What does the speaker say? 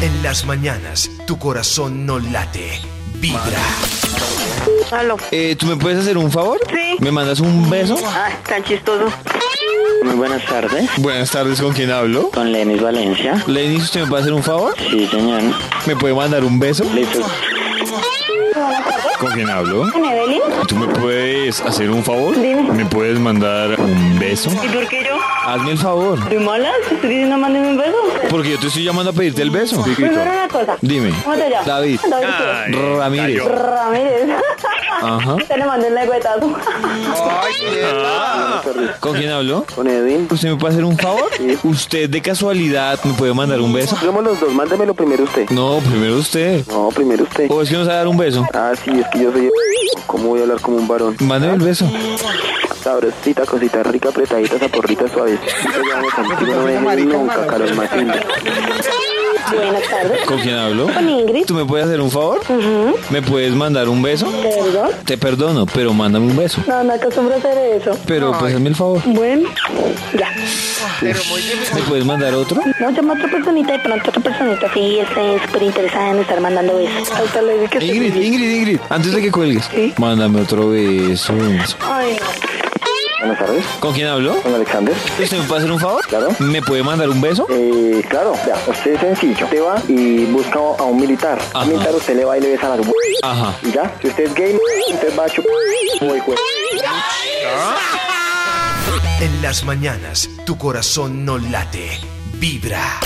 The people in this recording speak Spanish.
En las mañanas, tu corazón no late, vibra. Aló. Eh, ¿Tú me puedes hacer un favor? Sí. ¿Me mandas un beso? Ay, tan Ah, chistoso. Muy buenas tardes, Buenas tardes, ¿con quién hablo? con Lenis Valencia. Lenny, ¿usted me puede hacer un favor? Sí, señor. ¿Me puede mandar un beso? Listo. ¿Con quién hablo? ¿Con Evelyn? ¿Tú me puedes hacer un favor? ¿Me puedes mandar un beso? ¿Y por qué yo? Hazme el favor, ¿De malas? ¿Estoy diciendo mándeme un beso? porque yo te estoy llamando a pedirte el beso. Primero una cosa. Dime. ¿Cómo te llamas? David. David. ¿qué? Ay, Ramírez. cayó. Ramírez. ¿Ah? Ajá. Te le mandé un lengüetazo. ¿Con quién hablo? Con Edwin. ¿Usted me puede hacer un favor? ¿Usted de casualidad me puede mandar un beso? Somos los dos, mándemelo primero usted. No, primero usted. No, primero usted. ¿O es que no sabe dar un beso? Ah, sí, es que yo soy... ¿Cómo voy a hablar como un varón? Mándeme el beso. Sabrosita, cosita rica, apretadita, zaporrita, suave. Yo llamo contigo, no me dejes nunca, Carol Matilde. Buenas tardes. ¿Con quién hablo? Con Ingrid. ¿Tú me puedes hacer un favor? ¿Me puedes mandar un beso? ¿De verdad? Te perdono, pero mándame un beso. No, no acostumbro a hacer eso. Pero pues hazme el favor. Bueno, ya. ¿Me puedes mandar otro? No, llama a otra personita de pronto otra personita. Sí, está súper interesada en estar mandando eso. Hasta le dije que estoy Ingrid, feliz. Ingrid, Ingrid. Antes de que cuelgues. Sí. Mándame otro beso. Ay, no. Buenas tardes, ¿Con quién hablo? con Alexander. ¿Usted me puede hacer un favor? Claro. ¿Me puede mandar un beso? Eh, claro, ya, usted es sencillo. Usted va y busca a un militar. A Ajá. un militar usted le va y le besa las... bu- Ajá. Y ya, si usted es gay, usted va a chupar... Uy, güey. En las mañanas, tu corazón no late, vibra.